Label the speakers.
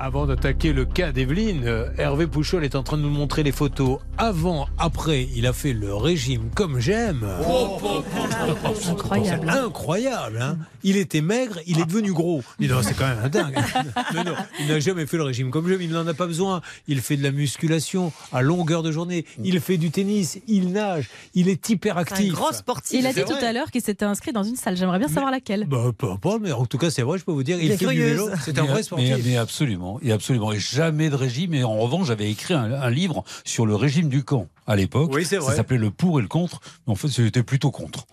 Speaker 1: Avant d'attaquer le cas d'Evelyne, euh, Hervé Pouchol est en train de nous montrer les photos avant, après. Il a fait le régime comme j'aime.
Speaker 2: Incroyable. hein.
Speaker 1: Incroyable, hein Il était maigre, il est devenu gros. Mais non, c'est quand même un dingue. Non, non, il n'a jamais fait le régime comme j'aime, il n'en a pas besoin. Il fait de la musculation à longueur de journée, il fait du tennis, il nage, il est
Speaker 3: Un
Speaker 1: hyperactif.
Speaker 3: grand sportif.
Speaker 2: Il a
Speaker 1: C'est
Speaker 2: dit tout
Speaker 1: vrai.
Speaker 2: à l'heure qu'il s'était inscrit dans une salle. J'aimerais bien savoir laquelle.
Speaker 1: Bah, peu importe, mais en tout cas, c'est vrai, je peux vous dire, il
Speaker 3: Il
Speaker 1: fait
Speaker 3: est
Speaker 1: du
Speaker 3: curieuse.
Speaker 1: vélo. C'est un
Speaker 4: Mais-
Speaker 1: vrai sportif.
Speaker 4: Mais, mais absolument, et absolument, et jamais de régime. Et en revanche, j'avais écrit un, un livre sur le régime du camp à l'époque.
Speaker 1: Oui, c'est vrai.
Speaker 4: Ça s'appelait le pour et le contre. Mais en fait, j'étais plutôt contre.